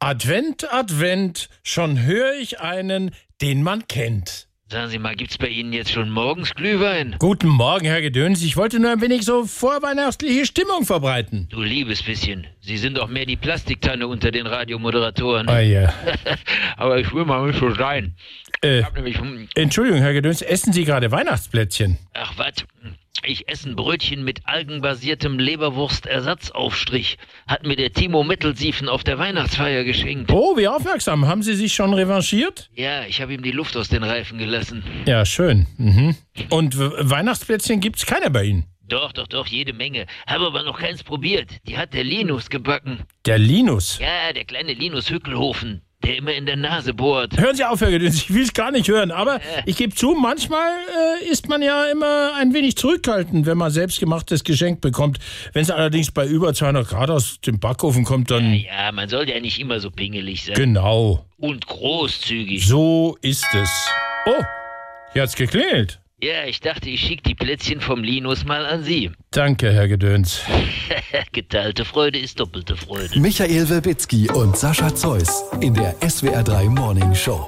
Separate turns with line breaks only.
Advent, Advent, schon höre ich einen, den man kennt.
Sagen Sie mal, gibt's bei Ihnen jetzt schon morgens Glühwein?
Guten Morgen, Herr Gedöns. Ich wollte nur ein wenig so vorweihnachtliche Stimmung verbreiten.
Du liebes bisschen, Sie sind doch mehr die Plastiktanne unter den Radiomoderatoren.
Ah, ja.
Aber ich will mal nicht so sein.
Äh,
Ich hab nämlich, hm,
Entschuldigung, Herr Gedöns, essen Sie gerade Weihnachtsplätzchen?
ach was, ich esse ein Brötchen mit algenbasiertem Leberwurstersatzaufstrich. Hat mir der Timo Mittelsiefen auf der Weihnachtsfeier geschenkt.
Oh, wie aufmerksam. Haben Sie sich schon revanchiert?
Ja, ich habe ihm die Luft aus den Reifen gelassen.
Ja, schön. Mhm. Und W- Weihnachtsplätzchen gibt's keine bei Ihnen?
Doch, doch, doch, jede Menge. Habe aber noch keins probiert. Die hat der Linus gebacken.
Der Linus.
Ja, der kleine Linus Hückelhofen, der immer in der Nase bohrt.
Hören Sie auf, Herr Gedöns, ich will es gar nicht hören. Aber
Äh.
ich gebe zu, manchmal äh, ist man ja immer ein wenig zurückhaltend, wenn man selbstgemachtes Geschenk bekommt. Wenn es allerdings bei über 200 Grad aus dem Backofen kommt, dann...
Ja, man soll ja nicht immer so pingelig sein.
Genau,
Und großzügig.
so ist es. Oh, hier hat's geklingelt.
Ja, ich dachte, ich schicke die Plätzchen vom Linus mal an Sie.
Danke, Herr Gedöns.
Geteilte Freude ist doppelte Freude.
Michael Werbitzki und Sascha Zeus in der SWR3 Morning Show.